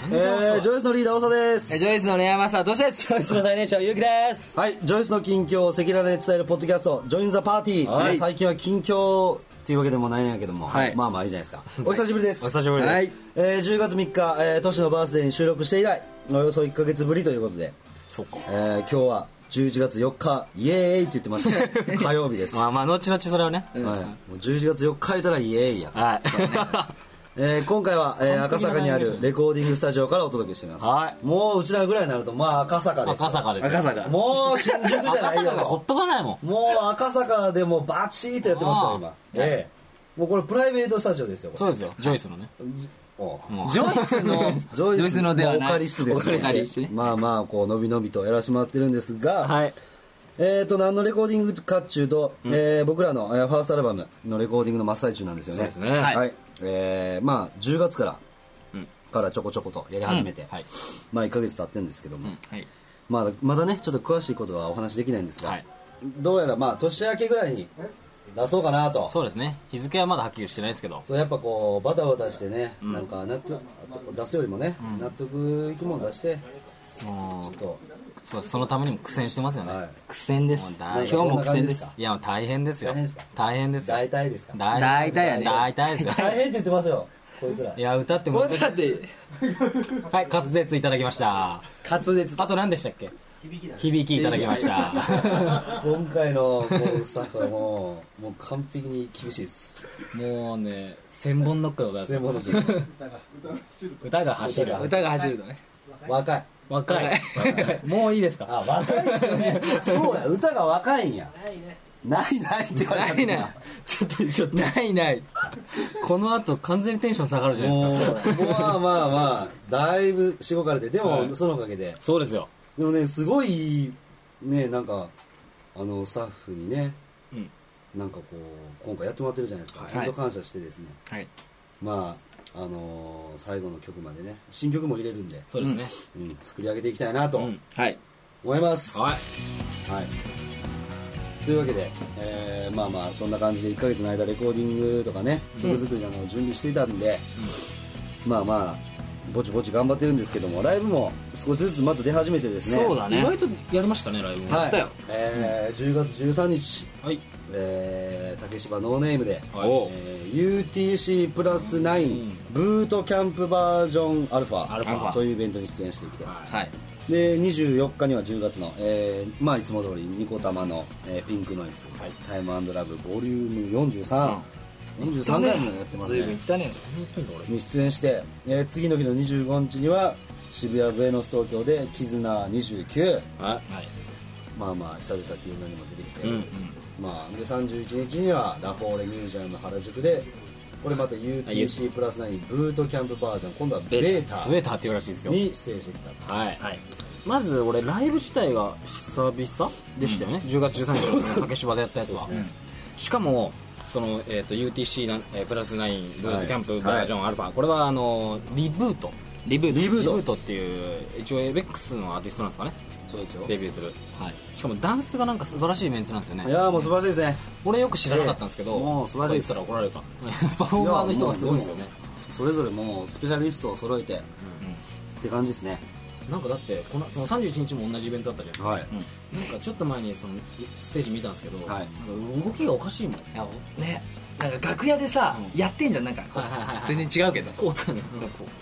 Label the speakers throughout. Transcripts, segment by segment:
Speaker 1: ジョイスのリーダー、大沢です。
Speaker 2: ジョイスのレアマスター、どうしてです
Speaker 3: ドイツの最年少ゆうきです
Speaker 1: はい、ジョイスの近況を赤裸々で伝えるポッドキャスト、ジョインザパーティー。
Speaker 2: はい
Speaker 1: 最近は近況っていうわけでもないんやけども、
Speaker 2: はい
Speaker 1: まあまあいいじゃないですか。お久しぶりです。
Speaker 3: お久しぶりです、
Speaker 2: はい。
Speaker 1: えー10月3日、えー、都市のバースデーに収録して以来、およそ1ヶ月ぶりということで、えー今日は11月4日、イエーイって言ってましたね。火曜日です。
Speaker 3: まあ
Speaker 1: はい、
Speaker 3: まあ後々それをね、
Speaker 1: もう11月4日言ったらイエーイや。
Speaker 3: はい
Speaker 1: えー今回は、えー赤坂にあるレコーディングスタジオからお届けしています、
Speaker 3: はい
Speaker 1: もううちらぐらいになるとまあ赤坂ですよ
Speaker 3: 赤坂です
Speaker 2: 赤坂。
Speaker 1: もう新宿じゃ
Speaker 3: 赤
Speaker 1: ない
Speaker 3: 坂
Speaker 1: よ
Speaker 3: がほ
Speaker 1: と
Speaker 3: っとかないもん
Speaker 1: もう赤坂でもうバチーとやってますから今ええもうこれプライベートスタジオですよこれ
Speaker 3: そうですよジョイスのね
Speaker 1: おう
Speaker 3: もう
Speaker 2: ジョイスの、
Speaker 1: ジョイスの
Speaker 2: ではない。
Speaker 1: お借りしてです
Speaker 2: お借りしてね。
Speaker 1: まあまあこうのびのびとやらせてもらってるんですが、
Speaker 3: はい
Speaker 1: えー、と何のレコーディングかっちゅうと、えー僕らの、えーファーストアルバムのレコーディングの真っ最中なんですよね
Speaker 3: そうですね
Speaker 1: は、
Speaker 3: はい
Speaker 2: い
Speaker 1: えーまあ10月から、からちょこちょことやり始めて、
Speaker 3: はい
Speaker 1: まあ1ヶ月経ってるんですけども、
Speaker 2: はい。
Speaker 1: まだまだねちょっと詳しいことはお話できないんですが、
Speaker 3: はい
Speaker 1: どうやらまあ年明けぐらいに出そうかなと
Speaker 3: そうですね日付はまだはっきりしてないですけど
Speaker 1: そうやっぱこうバタバタしてね、なんか納得出すよりもね、納得いくもん出してち
Speaker 3: も
Speaker 1: ょっと
Speaker 3: うそうそのためにも苦戦してますよね、
Speaker 1: はい
Speaker 3: 苦戦です
Speaker 1: な
Speaker 3: 今
Speaker 1: んか
Speaker 3: 日も苦戦
Speaker 1: どんな感じ
Speaker 3: で
Speaker 1: です
Speaker 3: す
Speaker 1: か
Speaker 3: いや大変ですよ
Speaker 1: 大変ですか
Speaker 3: 大変ですよ
Speaker 1: 大体ですか
Speaker 3: 大
Speaker 2: 大体やね
Speaker 3: 大体ですよ
Speaker 1: 大変って言ってますよこいつら
Speaker 3: いや歌っても
Speaker 2: これだって、
Speaker 3: はい滑舌いただきました
Speaker 2: 滑舌。
Speaker 3: あと何でしたっけ響き,、響きいただきました
Speaker 1: 今回のこうスタッフはもうもう完璧に厳しいです
Speaker 3: もうね千本ノックの歌です
Speaker 1: 全部の人
Speaker 3: 歌が走る
Speaker 2: 歌が走るのね。
Speaker 1: 若い
Speaker 3: 若い もういいですか
Speaker 1: あ若いっすよねそうや歌が若いんやないないって言われた
Speaker 2: な
Speaker 1: 時
Speaker 2: いない。ちょっと、ちょっと、ないない。
Speaker 3: この後完全にテンション下がるじゃないですか
Speaker 1: もうまあまあまあだいぶしごかれてでも、そのおかげで
Speaker 3: そうですよ
Speaker 1: でもねすごいねなんかあのスタッフにね、
Speaker 3: うん
Speaker 1: なんかこう今回やってもらってるじゃないですか、
Speaker 2: い
Speaker 1: 本当感謝してですね
Speaker 2: はい。
Speaker 1: まああのー最後の曲までね新曲も入れるんで、
Speaker 3: そうですね、
Speaker 1: うん、作り上げていきたいなと
Speaker 3: うん
Speaker 2: はい。
Speaker 1: 思います、
Speaker 3: はい
Speaker 1: はい、というわけで、えーまあまあそんな感じで1ヶ月の間レコーディングとかね曲作りなどを準備していたんで、まあまあぼちぼち頑張ってるんですけどもライブも少しずつまた出始めてですね
Speaker 2: そうだね
Speaker 3: 意外とやりましたねライブも
Speaker 1: は
Speaker 2: った
Speaker 1: い
Speaker 2: よ、
Speaker 1: えー10月13日、
Speaker 3: はい
Speaker 1: えー竹芝ノーネームで、
Speaker 3: はい
Speaker 2: おう
Speaker 1: えー UTC プラス9ブートキャンプバージョンアルフ
Speaker 3: アルフ
Speaker 1: ァ
Speaker 3: ァ
Speaker 1: というイベントに出演していくと、
Speaker 2: はい。
Speaker 1: で24日には10月の、えーまあ、いつも通りニコ玉の、えーピンクノイズ、タイムラブボリューム4343回もやってます
Speaker 2: ずいぶん
Speaker 1: ね
Speaker 2: いったね。
Speaker 1: に出演して、えー次の日の25日には渋谷ブエノス東京で「絆29」
Speaker 2: はい。
Speaker 1: まあまあ久々っていうのにも出てきて、まあ、で31日にはラフォーレミュージアム原宿でこれまた UTC プラス9ブートキャンプバージョン今度はベータ
Speaker 3: ウェーターっていうらしいですよ
Speaker 1: に出演してきたと
Speaker 3: はい、まず俺ライブ自体が久々でしたよね、10月13日のその竹芝でやったやつは、しかもその、えー、と UTC な、えープラス9ブートキャンプバージョンアルファ、これはあのリブート
Speaker 2: リブート。
Speaker 1: リブート
Speaker 3: っていう一応 ABEX のアーティストなんですかね
Speaker 1: そうですよ
Speaker 3: デビューする、はい、しかもダンスがなんか素晴らしいメンツなんですよ
Speaker 1: い
Speaker 3: ね
Speaker 1: やーもう素晴らしいですね
Speaker 3: 俺よく知らなかったんですけど、
Speaker 1: ええもう素晴らしいで
Speaker 3: こ言った
Speaker 1: す
Speaker 3: ら 怒られるかパフォーマーの人がすごいんですよね
Speaker 1: いやそれぞれもうスペシャリストを揃えて、って感じですね
Speaker 3: なんかだってこのその31日も同じイベントだったじゃないですか、
Speaker 1: はい
Speaker 3: なんかちょっと前にそのステージ見たんですけど、
Speaker 1: はい
Speaker 3: なんか動きがおかしいもん
Speaker 2: いやね。なんか楽屋でさ、やってんじゃん、なんかこう
Speaker 3: はいはいはいは。い
Speaker 2: 全然違うけど。
Speaker 3: こうだね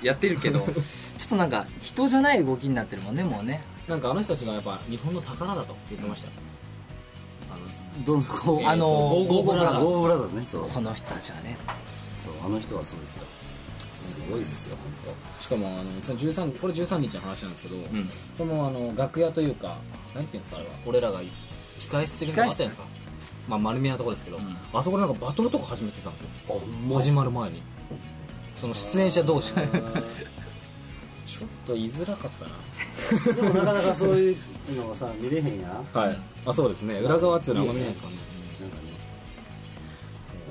Speaker 2: やってるけど、 ちょっとなんか、人じゃない動きになってるもんね、もうね。
Speaker 3: なんかあの人たちがやっぱ日本の宝だと言ってましたよあの
Speaker 1: どんこう
Speaker 2: あの
Speaker 1: ゴ
Speaker 2: ー
Speaker 1: ーゴーブラザー
Speaker 3: ゴ
Speaker 1: ゴーブラザーズねそう
Speaker 2: この人たちはね。
Speaker 1: そうあの人はそうですよすごいですよ本
Speaker 3: しかもあのその13これ13日の話なんですけど、
Speaker 2: ん
Speaker 3: このあの楽屋というか何ていうんですかあれは俺らが控室的なのがあったじゃないですかまあ丸見えなとこですけど、あそこでなんかバトルとか始めてたんですよ
Speaker 1: 当あほんま
Speaker 3: 始まる前にその出演者同士がちょっと言いづらかったな
Speaker 1: でもなかなかそういうのをさ見れへんやんなんか
Speaker 3: はい、あそうですね裏側っていうのはあんま見ないですかね
Speaker 1: ね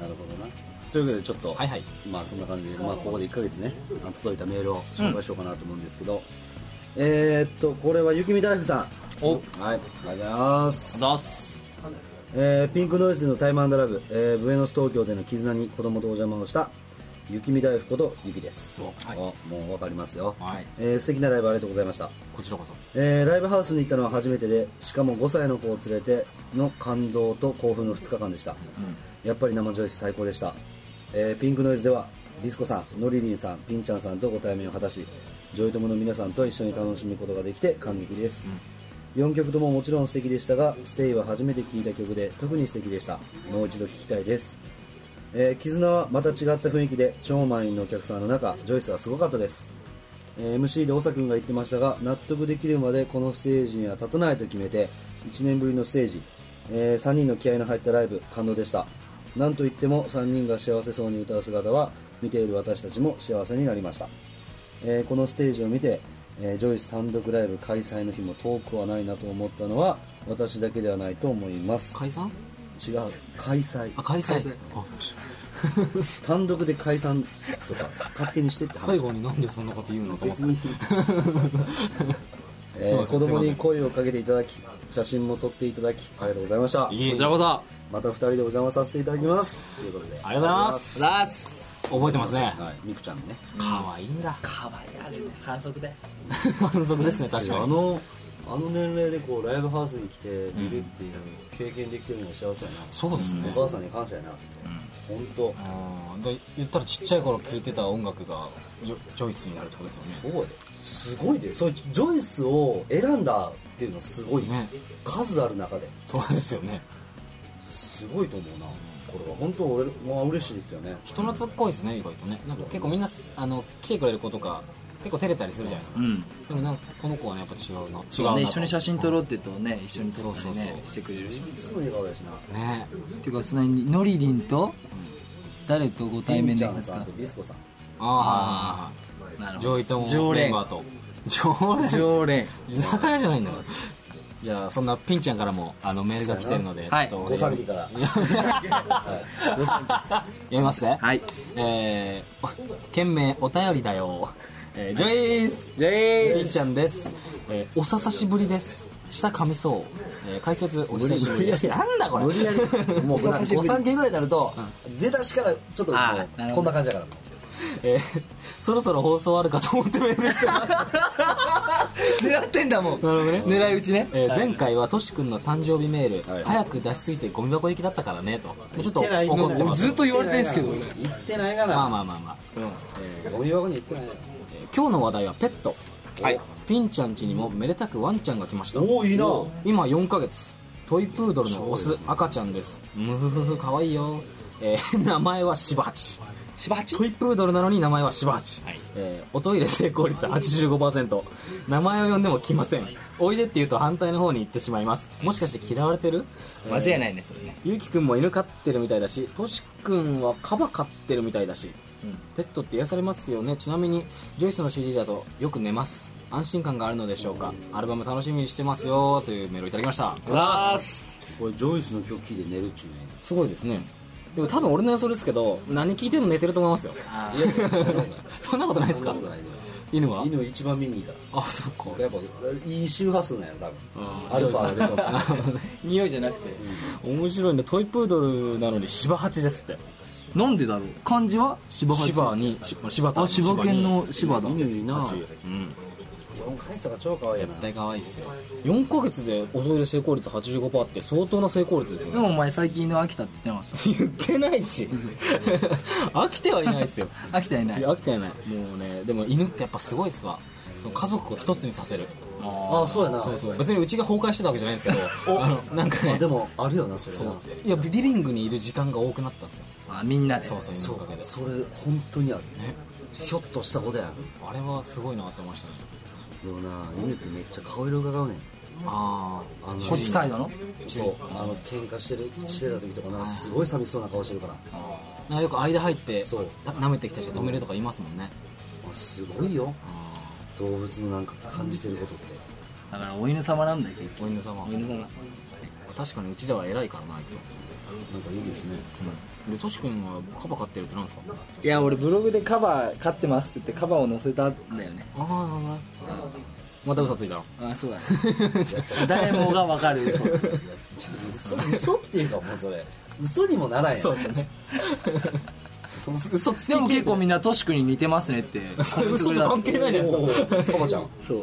Speaker 1: なるほどなというわけでちょっと、
Speaker 3: はいはい
Speaker 1: まあそんな感じで、まあ、ここで1ヶ月ねあの届いたメールを紹介しようかなと思うんですけど、えー、っとこれは雪見大福さん
Speaker 2: お
Speaker 1: はいありがとうございます
Speaker 2: どうす。
Speaker 1: えーピンクノイズのタイムラブ、えーブエノス東京での絆に子供とお邪魔をした、雪見大福ことゆきです、
Speaker 3: おはい
Speaker 1: あもう分かりますよ、
Speaker 3: はい
Speaker 1: えー素敵なライブありがとうございました
Speaker 3: こちらこそ
Speaker 1: えーライブハウスに行ったのは初めてでしかも5歳の子を連れての感動と興奮の2日間でした、やっぱり生ジョイス最高でした、えーピンクノイズではディスコさんノリリンさんピンちゃんさんとご対面を果たしジョイ友の皆さんと一緒に楽しむことができて感激です、4曲とももちろん素敵でしたが「ステイは初めて聴いた曲で特に素敵でしたもう一度聴きたいです、えー絆はまた違った雰囲気で超満員のお客さんの中ジョイスはすごかったですえー MC で長君が言ってましたが納得できるまでこのステージには立たないと決めて1年ぶりのステージ、え3人の気合の入ったライブ感動でしたなんといっても3人が幸せそうに歌う姿は見ている私たちも幸せになりました、えーこのステージを見て、えージョイス単独ライブ開催の日も遠くはないなと思ったのは私だけではないと思います
Speaker 3: 解散
Speaker 1: 違う開催
Speaker 3: あ解散
Speaker 2: 解散
Speaker 3: あ
Speaker 1: 単独で解散とか勝手にしてって話
Speaker 3: 最後になんでそんなこと言うのと思っ
Speaker 1: 別
Speaker 3: た
Speaker 1: に
Speaker 3: そう
Speaker 1: えー
Speaker 3: です
Speaker 1: 子供に声をかけていただき写真も撮っていただきありがとうございました
Speaker 3: いえこちらこそ
Speaker 1: また2人でお邪魔させていただきますということ
Speaker 3: あ
Speaker 1: で
Speaker 3: りがとうございます
Speaker 2: ラス
Speaker 3: 覚えてますね
Speaker 1: はいみくちゃんね
Speaker 3: 可愛いん だ
Speaker 2: かわいいあれね反則で
Speaker 3: 満足ですね
Speaker 1: あ
Speaker 3: 確かに
Speaker 1: のあの年齢でこうライブハウスに来て見るっていうのを経験できてるのが幸せやな、
Speaker 3: そうですね
Speaker 1: お母さんに感謝やな本当
Speaker 3: あーで言ったらちっちゃい頃聴いてた音楽がよチョイスになるってことですよね
Speaker 1: そうやですごいでそういうジョイスを選んだっていうのはすごい
Speaker 3: ね
Speaker 1: 数ある中で
Speaker 3: そうですよね
Speaker 1: すごいと思うなこれは本当俺は嬉しいですよね
Speaker 3: 人懐っこいですね意外とねなんか結構みんなあの来てくれる子とか結構照れたりするじゃないですか、
Speaker 2: うん
Speaker 3: でもなんかこの子はねやっぱ違うな違う
Speaker 2: そう
Speaker 3: な
Speaker 2: ね一緒に写真撮ろ
Speaker 3: う
Speaker 2: うって言うとね一緒に撮ったり
Speaker 3: そうそう
Speaker 2: ね
Speaker 3: そう
Speaker 2: してくれるし
Speaker 1: いつも笑顔やしな
Speaker 3: ね
Speaker 2: ていうかその辺にノリリンと誰とご対面
Speaker 1: ち
Speaker 2: で
Speaker 1: ゃ
Speaker 2: き
Speaker 1: ん
Speaker 2: ます
Speaker 1: さん
Speaker 2: か
Speaker 1: とビスコさん
Speaker 3: あ
Speaker 2: なる
Speaker 3: あ
Speaker 2: ほ
Speaker 3: 上
Speaker 2: ど
Speaker 3: 位ともメ
Speaker 2: 常
Speaker 3: ン
Speaker 2: 連
Speaker 3: バーと常連
Speaker 2: 常連
Speaker 3: 居酒屋じゃないんだからじゃあそんなピンちゃんからもあのメールが来てるので、
Speaker 2: はい
Speaker 3: ちょっと
Speaker 1: ご参議から
Speaker 3: 読みますね、
Speaker 2: はい
Speaker 3: えー、件名お便りだよ、えー、ジョイス
Speaker 2: ジェ
Speaker 3: りんちゃんです、えーおささしぶりです下噛みそう、えー解説お久しぶりですなんだこれ
Speaker 1: 無理やりもう
Speaker 3: お久しぶ
Speaker 1: 5
Speaker 3: り
Speaker 1: 三件ぐらいになると出だしからちょっともう
Speaker 2: あーなる
Speaker 1: こ
Speaker 2: ほ
Speaker 1: ん
Speaker 2: ど
Speaker 1: な感じだからも
Speaker 3: えーそろそろ放送あるかと思ってメールして ます、
Speaker 2: 狙ってんだもん
Speaker 3: なるほどね
Speaker 2: 狙い撃ちね
Speaker 3: えー前回はとし君の誕生日メール、
Speaker 1: はい
Speaker 3: 早く出しすぎてゴミ箱行きだったからねとちょっと
Speaker 1: 行ってない
Speaker 3: 怒ってます
Speaker 2: ずっと言われてんすけど
Speaker 1: 行ってないがな
Speaker 3: まあまあまあまあ、
Speaker 1: えーゴミ箱に行ってないな
Speaker 3: えー今日の話題はペット、
Speaker 2: はい
Speaker 3: ピンちゃん家にもめでたくワンちゃんが来ました
Speaker 1: おおいいな
Speaker 3: 今4ヶ月トイプードルのオス赤ちゃんですムフフフかわいいよ、えー 名前はシバチ
Speaker 2: 柴八
Speaker 3: トイプードルなのに名前はシバーチ、えーおトイレ成功率85%名前を呼んでも来ませんおいでって言うと反対の方に行ってしまいますもしかして嫌われてる
Speaker 2: 間違いないねそれね
Speaker 3: ゆうきくんも犬飼ってるみたいだしとしくんはカバ飼ってるみたいだしペットって癒されますよねちなみにジョイスの CD だとよく寝ます安心感があるのでしょうかアルバム楽しみにしてますよというメールをいただきました
Speaker 2: わーす
Speaker 1: これジョイスの曲聴いて寝るっちゅうね
Speaker 3: すごいですねでも多分俺の予想ですけど何聞いても寝てると思いますよ
Speaker 2: あ
Speaker 1: いやそんなことない
Speaker 3: そんなことないですか
Speaker 1: そんなことないね
Speaker 3: 犬は
Speaker 1: 犬一番耳いいから
Speaker 3: あそっか
Speaker 1: やっぱいい周波数なんやろ多
Speaker 3: うん
Speaker 1: 分アルファ
Speaker 3: ジョイスの
Speaker 1: アルファ
Speaker 2: ー匂いじゃなくて
Speaker 3: 面白いねトイプードルなのに芝八ですって
Speaker 2: なんでだろう漢字は柴八
Speaker 3: 芝に芝芝田
Speaker 2: あ柴犬の柴だ
Speaker 1: 犬いいな
Speaker 3: うん
Speaker 1: 4回差が超可愛いやな
Speaker 3: 絶対可愛いですよ4ヶ月でおトイレ成功率85%って相当な成功率です
Speaker 2: で
Speaker 3: よね
Speaker 2: もお前最近の飽きたって言ってまし
Speaker 3: 言ってないし 飽きてはいないですよ
Speaker 2: た飽きたいないい
Speaker 3: や飽きてはいないもうねでも犬ってやっぱすごいっすわその家族を一つにさせる
Speaker 2: あ
Speaker 1: ああそうやな
Speaker 3: そうそう別にうちが崩壊してたわけじゃないんですけどあのなんか
Speaker 1: あ
Speaker 3: ね
Speaker 1: でもあるよなそれな
Speaker 3: そういやリビングにいる時間が多くなったんですよ
Speaker 2: ーあみんなで
Speaker 3: そうそう犬
Speaker 1: そ
Speaker 3: の
Speaker 1: う
Speaker 3: おかげで
Speaker 1: それ本当にある
Speaker 3: ね
Speaker 1: ひょっとしたことやん
Speaker 3: あれはすごいなって思いましたね
Speaker 1: でもな犬ってめっちゃ顔色がうねん
Speaker 3: ああ
Speaker 1: あの
Speaker 2: こっちサイドの
Speaker 1: そうあの喧嘩してるしてた時とかなすごい寂しそうな顔してるから
Speaker 3: なんかよく間入って
Speaker 1: そう
Speaker 3: た舐めてきたりして止めるとかいますもんね
Speaker 1: あすごいよ動物のなんか感じてることって
Speaker 2: だからお犬様なんだよ結
Speaker 3: お
Speaker 2: 局
Speaker 3: 犬様
Speaker 2: お犬様
Speaker 3: 確かにうちでは偉いからなあいつは
Speaker 1: なんかいいですね
Speaker 3: でトシ君はカバ飼ってるってなんですか
Speaker 2: いや俺ブログでカバー飼ってますって言ってカバーを載せたんだよね
Speaker 3: ああまた嘘ついたの
Speaker 2: あそうだね 誰もが分かる
Speaker 1: 嘘
Speaker 2: 嘘
Speaker 1: 嘘っていうかもうそれ嘘にもならんやん
Speaker 3: ですね
Speaker 1: その
Speaker 3: 嘘つき
Speaker 2: でも結構みんなトシ君に似てますねってコ
Speaker 3: それ
Speaker 2: メント
Speaker 3: 嘘
Speaker 2: くれ
Speaker 3: と
Speaker 2: た
Speaker 3: 関係ないじゃないです
Speaker 1: おーカバちゃん
Speaker 2: そう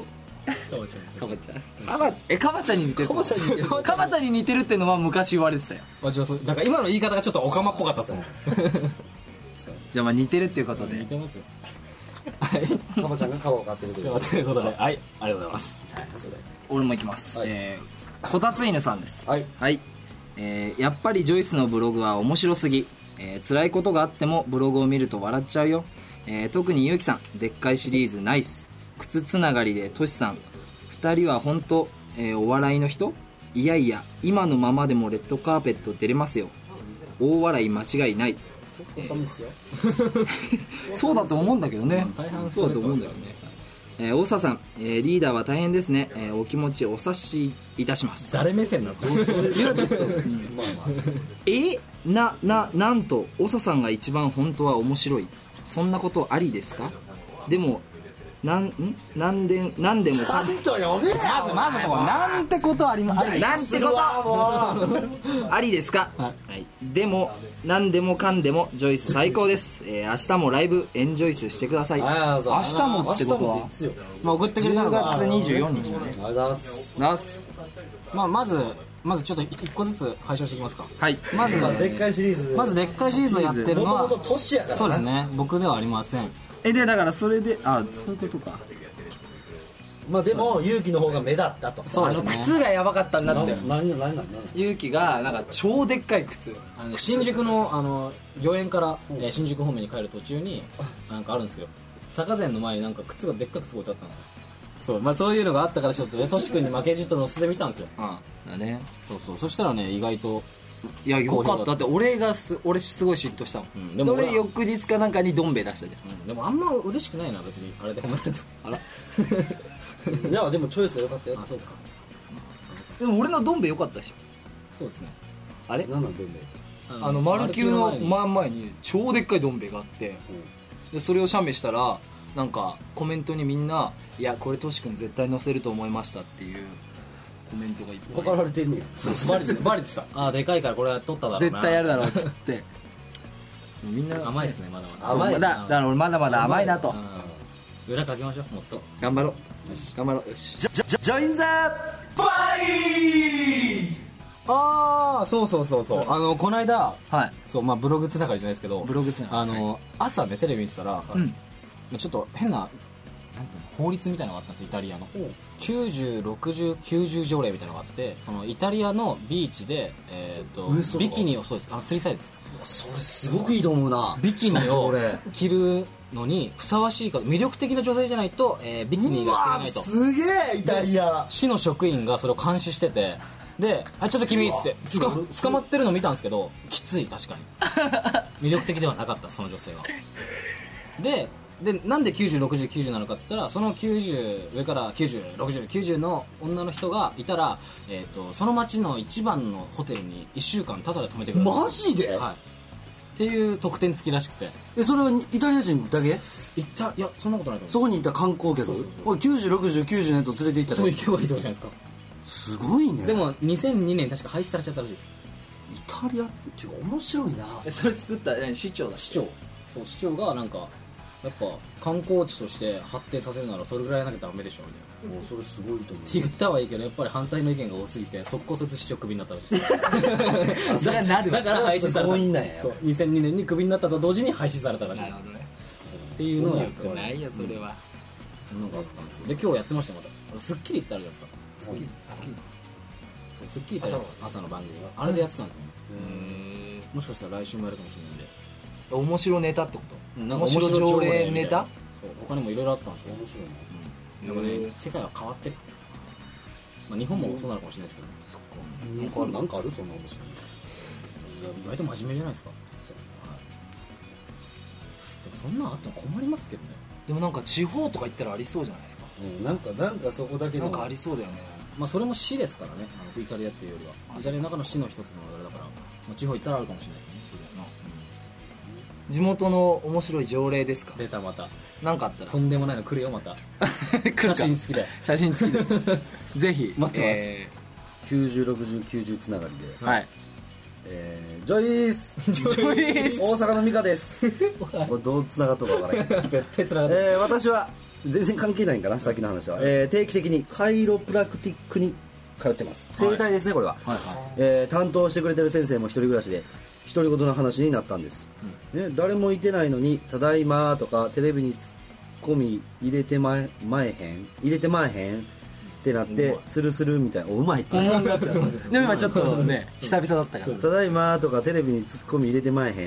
Speaker 2: かばちゃんかばえかばちゃんに似てる
Speaker 1: カバちゃんに似てる
Speaker 2: かばちゃんに似てるってのは昔言われてたよ
Speaker 3: かまあじゃあそうなんか今の言い方がちょっとオカマっぽかったですもん
Speaker 2: じゃあまあ似てるっていうことで
Speaker 3: てますよはい
Speaker 1: カバちゃんがカバを買ってるとい
Speaker 3: と
Speaker 1: う
Speaker 3: いうことでということではいありがとうございます
Speaker 1: そうだよ
Speaker 2: 俺も行きます、
Speaker 1: はい
Speaker 2: えーこたつ犬さんです
Speaker 1: はい
Speaker 2: はい、えーやっぱりジョイスのブログは面白すぎ、えー辛いことがあってもブログを見ると笑っちゃうよ、えー特にゆうきさんでっかいシリーズナイス靴つながりでとしさん2人は本当、えーお笑いの人いやいや今のままでもレッドカーペット出れますよ大笑い間違いない
Speaker 1: 寒いっすよ
Speaker 2: そうだと思うんだけどね
Speaker 3: 大半
Speaker 2: そうだと思うんだよねえー大沢さん、えーリーダーは大変ですね、えーお気持ちお察しいたします
Speaker 3: 誰目線なんですか
Speaker 1: まあまあ
Speaker 2: えなななんと長さんが一番本当は面白いそんなことありですかでもなんんなんでなんでもかん
Speaker 1: ちょっとやべえ
Speaker 3: まずまずこうなんてことあります
Speaker 2: なんてことありですか、
Speaker 3: は
Speaker 2: はい、でもなんでもかんでもジョイス最高です、えー明日もライブエンジョイスしてください明
Speaker 1: ああそう
Speaker 2: 日もってこと
Speaker 1: 明日も
Speaker 2: は
Speaker 1: っていつよ
Speaker 3: まあ送ってくれた
Speaker 2: 10
Speaker 3: のが
Speaker 2: 月24日だ
Speaker 1: あり
Speaker 2: ね
Speaker 1: がとうございます
Speaker 2: ナース
Speaker 3: まあまずまずちょっと一個ずつ解消していきますか
Speaker 2: はい
Speaker 3: まず
Speaker 1: まあでっかいシリーズ
Speaker 3: まずでっかいシリーズをやってるの
Speaker 1: もとも
Speaker 3: は
Speaker 1: と都市やからな
Speaker 3: そうですね僕ではありません
Speaker 2: えでだからそれであそういうことか
Speaker 1: まあでも勇気の方が目立ったと
Speaker 3: そう
Speaker 2: あ
Speaker 3: です
Speaker 2: の
Speaker 3: ね
Speaker 2: 靴がやばかったんだ
Speaker 1: な
Speaker 2: って
Speaker 1: 何何何何
Speaker 2: 勇気がなんか超でっかい靴
Speaker 3: あの新宿のあの御苑から、えー新宿方面に帰る途中になんかあるんですよ坂前の前になんか靴がでっかくすごい置いてあったんですよそうまあそういうのがあったからちょっとねトシ君に負けじとの素で見たんですよ
Speaker 2: うんだね
Speaker 3: そうそうそしたらね意外と
Speaker 2: いやよ
Speaker 3: 好
Speaker 2: か
Speaker 3: 評だ
Speaker 2: っ
Speaker 3: った
Speaker 2: たって俺がす俺すごい嫉妬したもん、
Speaker 3: うん
Speaker 2: で
Speaker 3: でも俺
Speaker 2: 俺翌日かなんかにどん兵衛出したじゃん
Speaker 3: うんでもあんま嬉しくないな別にあれで褒められてもあら
Speaker 1: いやでもチョイスが良かった よ
Speaker 3: あそうか
Speaker 2: でも俺のどん兵衛よかったでしょ
Speaker 3: そうですね
Speaker 2: あれ
Speaker 1: 何なんどんで
Speaker 2: あの丸球の
Speaker 3: 丸前に
Speaker 2: 真ん前に超でっかいどん兵衛があってでそれを写メしたらなんかコメントにみんな「いやこれトシ君絶対載せると思いました」っていうコメントがいっ
Speaker 1: パ
Speaker 2: ぱ
Speaker 1: カ
Speaker 2: い
Speaker 1: られてんねや
Speaker 3: バレて バレてたあーでかいからこれは取っただろうな
Speaker 2: 絶対やるだろうっつって もうみんな
Speaker 3: 甘いですねまだまだ
Speaker 2: そう
Speaker 1: 甘い
Speaker 2: まだだから俺まだまだ甘いなと
Speaker 3: うん裏かけましょうもっと
Speaker 2: 頑張ろう頑張ろうよし
Speaker 3: ああそうそうそうそうあのこの間
Speaker 2: はい
Speaker 3: そうまあブログつながりじゃないですけど
Speaker 2: ブログつながり
Speaker 3: あの、朝ねテレビ見てたら、
Speaker 2: うん
Speaker 3: まあちょっと変ななんていうの法律みたいなのがあったんですよイタリアの906090条例みたいなのがあってそのイタリアのビーチで、えー、
Speaker 1: ウエスト
Speaker 3: とビ
Speaker 1: とか
Speaker 3: キニをそうですあのスリーサイズです
Speaker 1: それすごくいいと思うな
Speaker 3: ビキニ
Speaker 1: そ
Speaker 3: を
Speaker 1: れ
Speaker 3: 着るのにふさわしいか魅力的な女性じゃないと、えービキニ
Speaker 1: う
Speaker 3: が着
Speaker 1: わ
Speaker 3: れないと
Speaker 1: すげえイタリア
Speaker 3: 市の職員がそれを監視しててで「あちょっと君」っつってつか捕まってるの見たんですけどきつい確かに魅力的ではなかったその女性はででなんで906090なのかっつったらその90上から906090の女の人がいたら、えー、とその町の一番のホテルに1週間タダで泊めてくれる
Speaker 1: マジで
Speaker 3: はい、っていう特典付きらしくて
Speaker 1: えそれはイタリア人だけ
Speaker 3: 行ったいやそんなことないと思う
Speaker 1: そこにいた観光客おい906090のやつを連れて行った
Speaker 3: そう
Speaker 1: ら
Speaker 3: 行けばいいってことじゃないですか
Speaker 1: すごいね
Speaker 3: でも2002年確か廃止されちゃったらしいです
Speaker 1: イタリアって面白いな
Speaker 2: えそれ作った何市長だ
Speaker 3: 市長そう市長がなんかやっぱ観光地として発展させるならそれぐらいなきゃダメでしょみたいな
Speaker 1: もうそれすごいと思
Speaker 3: って言ったはいいけどやっぱり反対の意見が多すぎて即骨折市長クビになったらしい
Speaker 2: それはなるわ
Speaker 3: だから廃止され
Speaker 1: 強引なん
Speaker 3: た
Speaker 1: や
Speaker 3: そう2002年にクビになったと同時に廃止されたらしいっ
Speaker 2: どね
Speaker 3: ていうのをやってます
Speaker 2: ないよそれは、
Speaker 3: そんなのがあったんですよで今日やってましたよまたあの『スッキリ』ってあるじゃないですか
Speaker 1: う
Speaker 2: 好き
Speaker 3: そう『スッキリ』ってあるじゃないですか朝の番組があれでやってたんですよね
Speaker 2: へ
Speaker 3: もしかしたら来週もやるかもしれないんで
Speaker 2: え面白ネタってこ
Speaker 3: う
Speaker 2: と
Speaker 3: ん
Speaker 2: 面白条例ネタ
Speaker 3: そう他にもいろいろあったんですよ
Speaker 1: 面白いな
Speaker 3: でもね世界は変わってる、まあ、日本もそうなのかもしれないですけど、
Speaker 1: 日本なんかあるそんな面白い
Speaker 3: 意外と真面目じゃないですかはいでもそんなんあっても困りますけどね
Speaker 2: でもなんか地方とか行ったらありそうじゃないですか
Speaker 1: のうんなんかなんかそこだけ
Speaker 2: な
Speaker 1: の
Speaker 2: んかありそうだよね
Speaker 3: まあそれも市ですからねあのイタリアっていうよりはイタリアの中の市の一つのあれだから、まあ、地方行ったらあるかもしれないですね
Speaker 2: 地元の面白い条例ですか
Speaker 3: 出たまた
Speaker 2: なんかあった
Speaker 3: とんでもないの来るよ また写
Speaker 2: ら
Speaker 3: 真付きで
Speaker 2: 写真付き でぜひ
Speaker 3: 待ってます
Speaker 2: え
Speaker 1: 906090つながりで
Speaker 2: ーはい
Speaker 1: えージョイス ジ
Speaker 3: ョイス
Speaker 1: 大阪の美香ですこれどう繋がったか分からな い
Speaker 3: 絶対つ ながって
Speaker 1: えー私は全然関係ないんかなさっきの話は、えー定期的にカイロプラクティックに通ってます整体ですねこれは、
Speaker 2: はいは
Speaker 1: えー担当してくれてる先生も一人暮らしで独り言の話になったんです、ね、誰もいてないのに「ただいま」とかテレビに突っ込み入れてまえまえへん入れてまえへんってなってスルスルみたいなおうまいって
Speaker 4: でも今ちょっとね久々だったから
Speaker 1: ただいまとかテレビにツッコミ入れてまえへんっ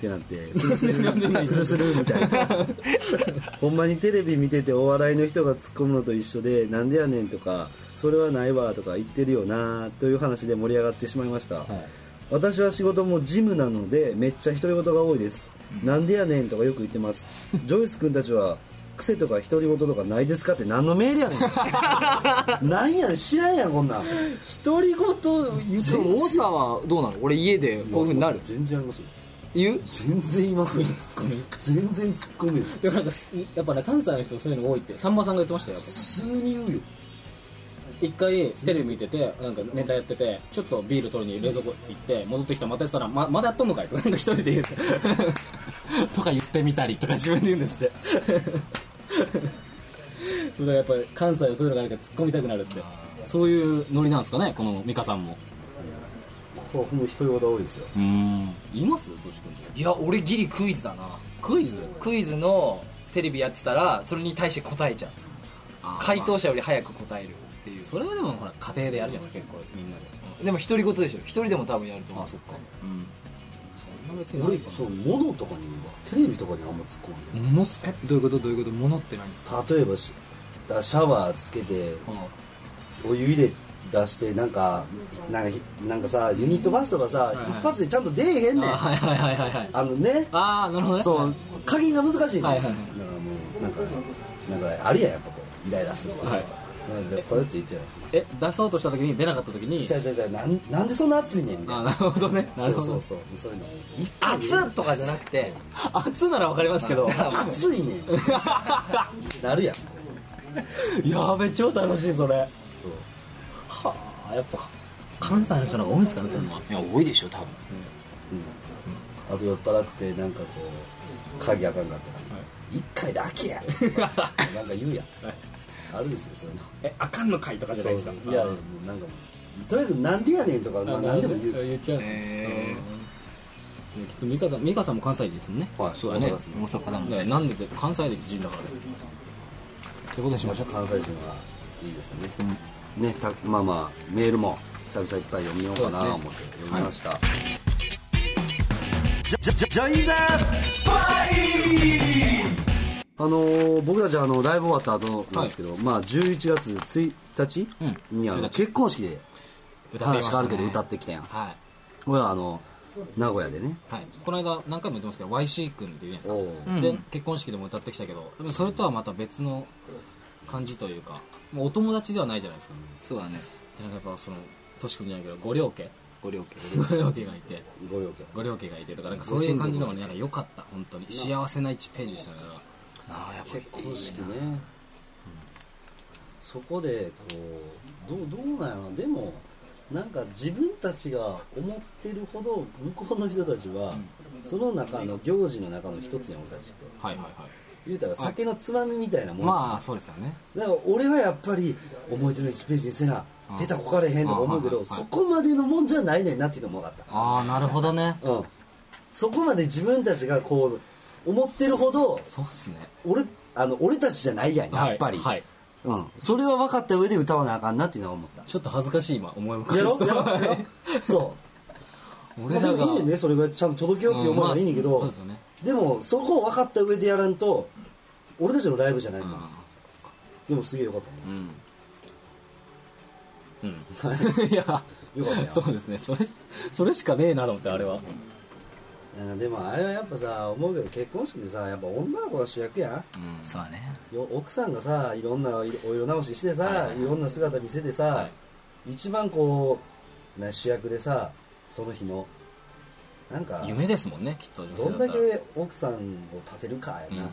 Speaker 1: てな ってスルスルスルスルみたいなほんまにテレビ見ててお笑いの人がツッコむのと一緒でなんでやねんとかそれはないわとか言ってるよなという話で盛り上がってしまいました、私は仕事もジムなのでめっちゃ独り言が多いです、なんでやねんとかよく言ってますジョイス君たちは癖とか独り言とかないですかって何のメールやね んなんやねん知らんやんこんなん
Speaker 4: 独り言 言って多さはどうなの俺家でこういうふうになる
Speaker 1: 全然ありますよ
Speaker 4: 言う
Speaker 1: 全然いますよ全然突っ込むよ
Speaker 3: でもなんかすやっぱね関西の人そういうの多いってさんまさんが言ってましたよ
Speaker 1: 普通に言うよ
Speaker 3: 一回テレビ見ててなんかネタやっててちょっとビール取りに冷蔵庫行って戻ってきたらまたやってたらままだやっとんのかい となんか一人で言うとか言ってみたりとか自分で言うんですって それはやっぱり関西はそういうのがあるから突っ込みたくなるってそういうノリなんですかねこの美香さんも
Speaker 1: ほほんと人用が多いですよ
Speaker 3: うん言いますトシ君
Speaker 4: いや俺ギリクイズだな
Speaker 3: クイズ
Speaker 4: クイズのテレビやってたらそれに対して答えちゃう回答者より早く答えるっていう
Speaker 3: それはでもほら家庭でやるじゃないですか結構みんなで
Speaker 4: でも独り言でしょ一人でも多分やると思う
Speaker 1: っか
Speaker 3: うんそんな別に
Speaker 1: 俺そう物とかにはテレビとかにあんま突っ込む
Speaker 4: ものすえどういうことどういうことものって何
Speaker 1: 例えばしだシャワーつけてお湯入れ出してなんかなんかなんかさユニットバスとかさ、一発でちゃんと出えへんねん
Speaker 3: あ
Speaker 1: あ
Speaker 3: はいはいはいはいはい
Speaker 1: のね
Speaker 3: ああなるほどね
Speaker 1: そう加減が難しいね、
Speaker 3: はいはいはい
Speaker 1: だからもうなんかなんかあるやんやっぱこうイライラするとか、
Speaker 3: はい
Speaker 1: なんでこれって言ってない
Speaker 3: え出そうとした時に出なかった時に
Speaker 1: じゃあじゃあじゃあなんなんでそんな暑いねんみたいな
Speaker 3: あなるほどねな
Speaker 1: そ
Speaker 3: る
Speaker 1: う
Speaker 3: ほ
Speaker 1: そ
Speaker 3: ど
Speaker 1: うそうそういうの
Speaker 4: 熱っとかじゃなくて
Speaker 3: 熱ならわかります けど
Speaker 1: 暑いねんなるやん
Speaker 3: やべ超楽しいそれは
Speaker 1: そう
Speaker 3: あやっぱ関西の人の方が多いんですかねそんない
Speaker 2: や多いでしょ多分
Speaker 1: あと酔っ払ってなんかこう鍵あかんかったら「一回だけ や」なんか言うやんあるんですよそういうの
Speaker 3: えあかんのかいとかじゃないですか
Speaker 1: そういやもうなんかもうとりあえず「なんでやねん」とかまあ何でも言う
Speaker 3: 言っちゃう
Speaker 2: へ
Speaker 3: うんきっと美香さん美香さんも関西人ですもんね
Speaker 1: はい
Speaker 3: そうだね
Speaker 1: そうですね
Speaker 2: 大阪だもん
Speaker 3: だからなんでって関西人だからねってことにしましょう
Speaker 1: 関西人はいいですよね、ねたまあまあメールも久々いっぱい読みようかなと思って読みました、じゃじゃじゃジョインザあのー僕たちあのライブ終わった後なんですけど、まあ11月1日にあの
Speaker 3: 1日
Speaker 1: 結婚式で話変わるけど歌ってきたやん
Speaker 3: はい
Speaker 1: 俺はあの名古屋でね
Speaker 3: はい、この間何回も言ってますけど YC 君っていうじゃない
Speaker 1: お
Speaker 3: ですか、で結婚式でも歌ってきたけどでもそれとはまた別の感じというかもうお友達ではないじゃないですか
Speaker 2: そうだね
Speaker 3: でなんかやっぱそのトシ君じゃないけど五稜家
Speaker 2: ご両家
Speaker 3: 五稜家がいて
Speaker 1: ご了承
Speaker 3: 五稜家がいてとかなんかそういう感じのがねなんか良かった本当に幸せな1ページでしたねだから
Speaker 2: ああやっぱり
Speaker 1: 結婚式ね、そこでこうどうどうなんやろなでもなんか自分たちが思ってるほど向こうの人たちは、その中の行事の中の一つやん俺たちって
Speaker 3: はいはいはい
Speaker 1: 言うたら酒のつまみみたいなもん、
Speaker 3: まあそうですよね
Speaker 1: だから俺はやっぱり思い出の1ページにせな
Speaker 3: うん
Speaker 1: 下手こかれへんとか思うけ
Speaker 3: うん
Speaker 1: ど
Speaker 3: はいはいはい
Speaker 1: そこまでのもんじゃないねんなっていうのも分かっ
Speaker 3: ああなるほどね
Speaker 1: た、うん、そこまで自分たちがこう思ってるほど
Speaker 3: そうっすね
Speaker 1: 俺あの俺たちじゃないやんやっぱり、
Speaker 3: はい、はい、
Speaker 1: うん、それは分かった上で歌わなあかんなっていうのは 思った
Speaker 3: ちょっと恥ずかしい今思い浮か
Speaker 1: や
Speaker 3: べ
Speaker 1: ろ
Speaker 3: て
Speaker 1: やろやろそ
Speaker 3: 俺
Speaker 1: う
Speaker 3: ら
Speaker 1: で
Speaker 3: が
Speaker 1: もいいよねそれぐらいちゃんと届けようって思うのはいいねんけど、
Speaker 3: うんまあそうですよね
Speaker 1: でもそこを分かった上でやらんと俺たちのライブじゃないもん、でもすげえよかったね
Speaker 3: うん うん、いや
Speaker 1: よかったよ
Speaker 3: そうですねそれそれしかねえなと思ってあれは、
Speaker 1: うんでもあれはやっぱさ思うけど結婚式でさやっぱ女の子が主役やん
Speaker 2: そうだね
Speaker 1: よ奥さんがさいろんなお色直ししてさ、いろんな姿見せてさ、
Speaker 3: は
Speaker 1: 一番こうな主役でさその日のなんか
Speaker 3: 夢ですもんねきっと女
Speaker 1: ど
Speaker 3: 性
Speaker 1: ん
Speaker 3: だ
Speaker 1: だ
Speaker 3: ったら
Speaker 1: け奥さんを立てるかやな、
Speaker 3: うんうんうん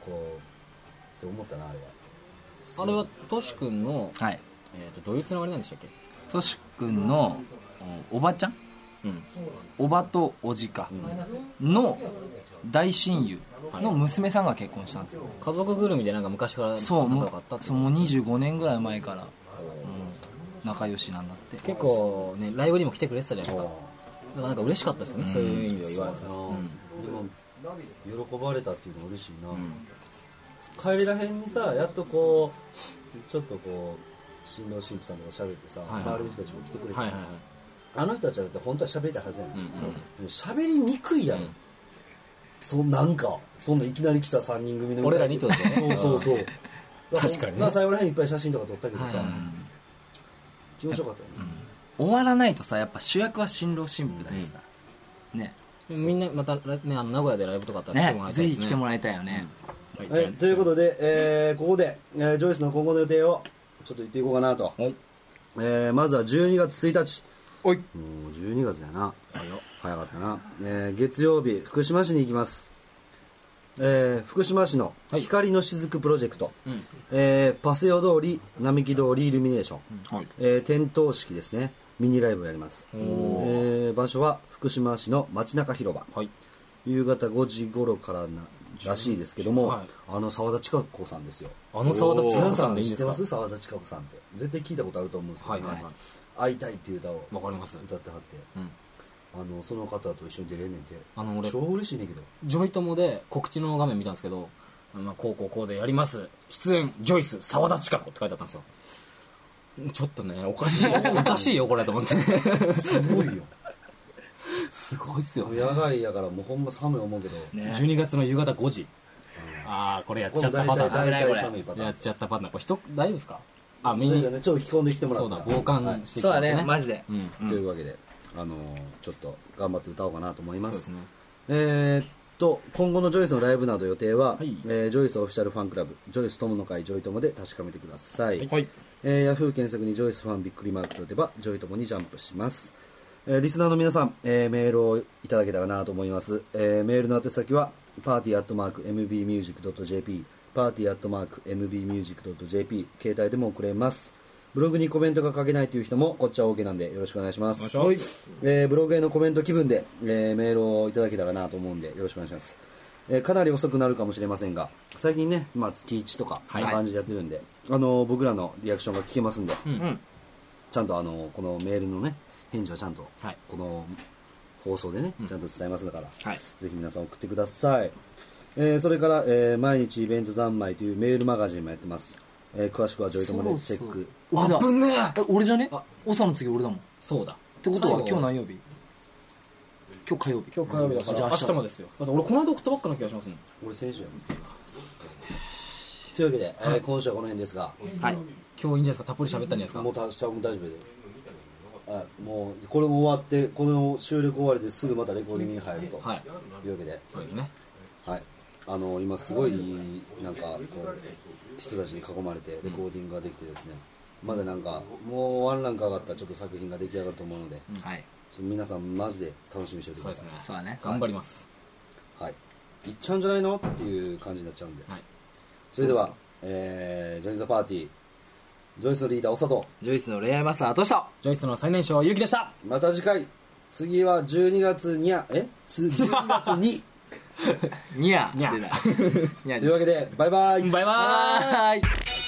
Speaker 1: こうって思ったなあれは
Speaker 3: あれはトシ君の、
Speaker 2: はい
Speaker 3: えー、とどういうつながりなんでしたっけ
Speaker 2: トシ君のうんおばちゃん
Speaker 3: うん
Speaker 2: おばとおじかの大親友の娘さんが結婚したんですよ
Speaker 3: 家族ぐるみでなんか昔から
Speaker 2: そう
Speaker 3: 仲
Speaker 2: も
Speaker 3: 良かったっ
Speaker 2: う
Speaker 3: て
Speaker 2: そうもう25年ぐらい前から、うん、仲良しなんだって
Speaker 3: 結構ねライブにも来てくれてたじゃないですかだからなんか嬉しかったですよね、そういう意味では言われてたら
Speaker 1: うんでも喜ばれたっていうのは嬉しいな、
Speaker 3: うん
Speaker 1: 帰りらへんにさやっとこうちょっとこう新郎新婦さんとか喋ってさ、
Speaker 3: はい
Speaker 1: 周りの人たちも来てくれて、
Speaker 3: はいはいはい
Speaker 1: あの人たちだって本当は喋りたいはずやねん
Speaker 3: うん
Speaker 1: でも喋りにくいやん、
Speaker 3: うん
Speaker 1: そうなんかそんないきなり来た3人組の
Speaker 3: 俺らにとってね
Speaker 1: そうそうそう
Speaker 3: 確かにね
Speaker 1: まあ最後らへんいっぱい写真とか撮ったけどさ、
Speaker 3: はい
Speaker 1: 気持ちよかったよね、
Speaker 2: 終わらないとさやっぱ主役は新郎新婦だしさ、ね
Speaker 3: うんみんなまたねあの名古屋でライブとかあったら来て
Speaker 2: ね
Speaker 3: もらいたいで
Speaker 2: ぜ
Speaker 3: すね
Speaker 2: ひ来てもらいたいよね、
Speaker 3: はい
Speaker 1: はい、ということで、えーここで、えージョイスの今後の予定をちょっと言っていこうかなと、
Speaker 3: はい
Speaker 1: えーまずは12月1日
Speaker 2: おい
Speaker 1: もう12月だよな
Speaker 3: はいよ
Speaker 1: 早かったな、えー月曜日福島市に行きます、えー福島市の
Speaker 3: はい
Speaker 1: 光の雫プロジェクト、
Speaker 3: うん
Speaker 1: えーパセオ通り並木通りイルミネーション、
Speaker 2: はい
Speaker 1: えー点灯式ですねミニライブをやります、え
Speaker 3: お
Speaker 1: ー場所は福島市の街中広場
Speaker 3: はい
Speaker 1: 夕方5時頃からならしいですけども、
Speaker 3: はい
Speaker 1: あの澤田千佳子さんですよ
Speaker 3: あの沢田千佳
Speaker 1: 皆
Speaker 3: 子
Speaker 1: さ
Speaker 3: さん
Speaker 1: ん
Speaker 3: でいいん
Speaker 1: 知
Speaker 3: で
Speaker 1: って
Speaker 3: す
Speaker 1: ま
Speaker 3: か
Speaker 1: す澤田千佳子さんって絶対聞いたことあると思うんですけど、
Speaker 3: はいはいはい
Speaker 1: 会いたいっていう歌を
Speaker 3: わかります
Speaker 1: 歌ってはって
Speaker 3: うん
Speaker 1: あのその方と一緒に出れんねんて
Speaker 3: あの俺
Speaker 1: 超嬉しいねんけど
Speaker 3: ジョイ友で告知の画面見たんですけど、まあ、こうこうこうでやります出演ジョイス沢田千佳子って書いてあったんですよちょっとねおかしいおかしいよこれと思って
Speaker 1: すごいよ
Speaker 3: すごいっすよ
Speaker 1: もう野外やからもうほんま寒い思うけど、
Speaker 2: ね
Speaker 3: 12月の夕方5時ああこれやっちゃったパタ
Speaker 1: これも
Speaker 3: ーン
Speaker 1: 大体大体寒いパターン
Speaker 3: やっちゃったパターンこれ人大丈夫ですかあみ
Speaker 1: そうんだ
Speaker 3: な
Speaker 1: ねちょっと着込んできてもら
Speaker 3: そ
Speaker 1: っ
Speaker 3: う
Speaker 1: た
Speaker 3: だ
Speaker 1: ら
Speaker 3: 防
Speaker 1: はい
Speaker 3: 寒してき
Speaker 2: そう
Speaker 3: た
Speaker 2: だ
Speaker 3: んで
Speaker 2: ねマジで
Speaker 3: うん
Speaker 1: というわけで、あのーちょっと頑張って歌おうかなと思いま
Speaker 3: そ
Speaker 1: す
Speaker 3: うですね
Speaker 1: えーっと今後のジョイスのライブなど予定は、
Speaker 3: はい
Speaker 1: えージョイスオフィシャルファンクラブジョイス友の会ジョイ友で確かめてください、
Speaker 2: はい
Speaker 1: えー、ヤフー検索にジョイスファンびっくりマークと打てばジョイ友にジャンプします、えーリスナーの皆さん、えーメールをいただけたらなと思います、えーメールの宛先はパーティーアットマーク MBMUSIC.jp パーティーアットマーク MBMUSIC.jp 携帯でも送れますブログにコメントが書けないという人もこっちは OK なんでよろしくお願いします
Speaker 3: お願いしま
Speaker 1: えーブログへのコメント気分で、えーメールをいただけたらなと思うんでよろしくお願いします、えーかなり遅くなるかもしれませんが最近ね、まあ、月1とかこんな感じでやってるんで、あのー僕らのリアクションが聞けますんで、
Speaker 2: うん
Speaker 1: ちゃんとあのこのメールのね返事はちゃんと
Speaker 3: はい
Speaker 1: この放送でね、
Speaker 3: うん
Speaker 1: ちゃんと伝えますだから、
Speaker 3: はい
Speaker 1: ぜひ皆さん送ってください、えーそれから、えー毎日イベント三昧というメールマガジンもやってます、えー詳しくはジョイトモでチェック
Speaker 2: 俺だ
Speaker 3: あぶねえ
Speaker 2: え俺じゃね長の次俺だもんっ
Speaker 3: そうだって
Speaker 2: ことは今日何曜日今日火曜日
Speaker 3: 今日火曜日だか
Speaker 2: じゃ
Speaker 3: ら
Speaker 2: あ
Speaker 3: 明日もですよだって俺この間送ったばっかな気がしますもん
Speaker 1: 俺選手やもんというわけで、えー今週はこの辺ですが
Speaker 2: は
Speaker 3: 今日い
Speaker 2: い
Speaker 3: いんじゃないですかたっぷり喋ったんじゃないですか
Speaker 1: もうた下も大丈夫であもうこれも終わってこの収録終わりですぐまたレコーディングに入ると、
Speaker 3: はい
Speaker 1: というわけで
Speaker 3: そうですね
Speaker 1: はい、あの今すごいなんかこう人たちに囲まれてレコーディングができてですね、まだなんかもうワンランク上がったちょっと作品が出来上がると思うので、
Speaker 2: はい
Speaker 1: ちょっと皆さんマジで楽しみにしておい
Speaker 3: そ
Speaker 1: てく
Speaker 3: う
Speaker 1: だ
Speaker 3: です
Speaker 1: さい
Speaker 3: ね
Speaker 2: そうだね
Speaker 3: 頑張ります
Speaker 1: はいいっちゃうんじゃないのっていう感じになっちゃうんで、
Speaker 3: はい
Speaker 1: それで
Speaker 3: そう
Speaker 1: は
Speaker 3: そう
Speaker 1: えージョイズ・ザ・パーティージョイスのリーダーお佐藤
Speaker 2: ジョイスの恋愛マスターとした
Speaker 3: ジョイスの最年少はゆうきでした
Speaker 1: また次回次は12月にゃえつ12月 に
Speaker 2: ニヤ
Speaker 3: ニャ
Speaker 2: 出ないニ ャ
Speaker 1: というわけでバイバイ
Speaker 3: バイバーイ
Speaker 2: バイ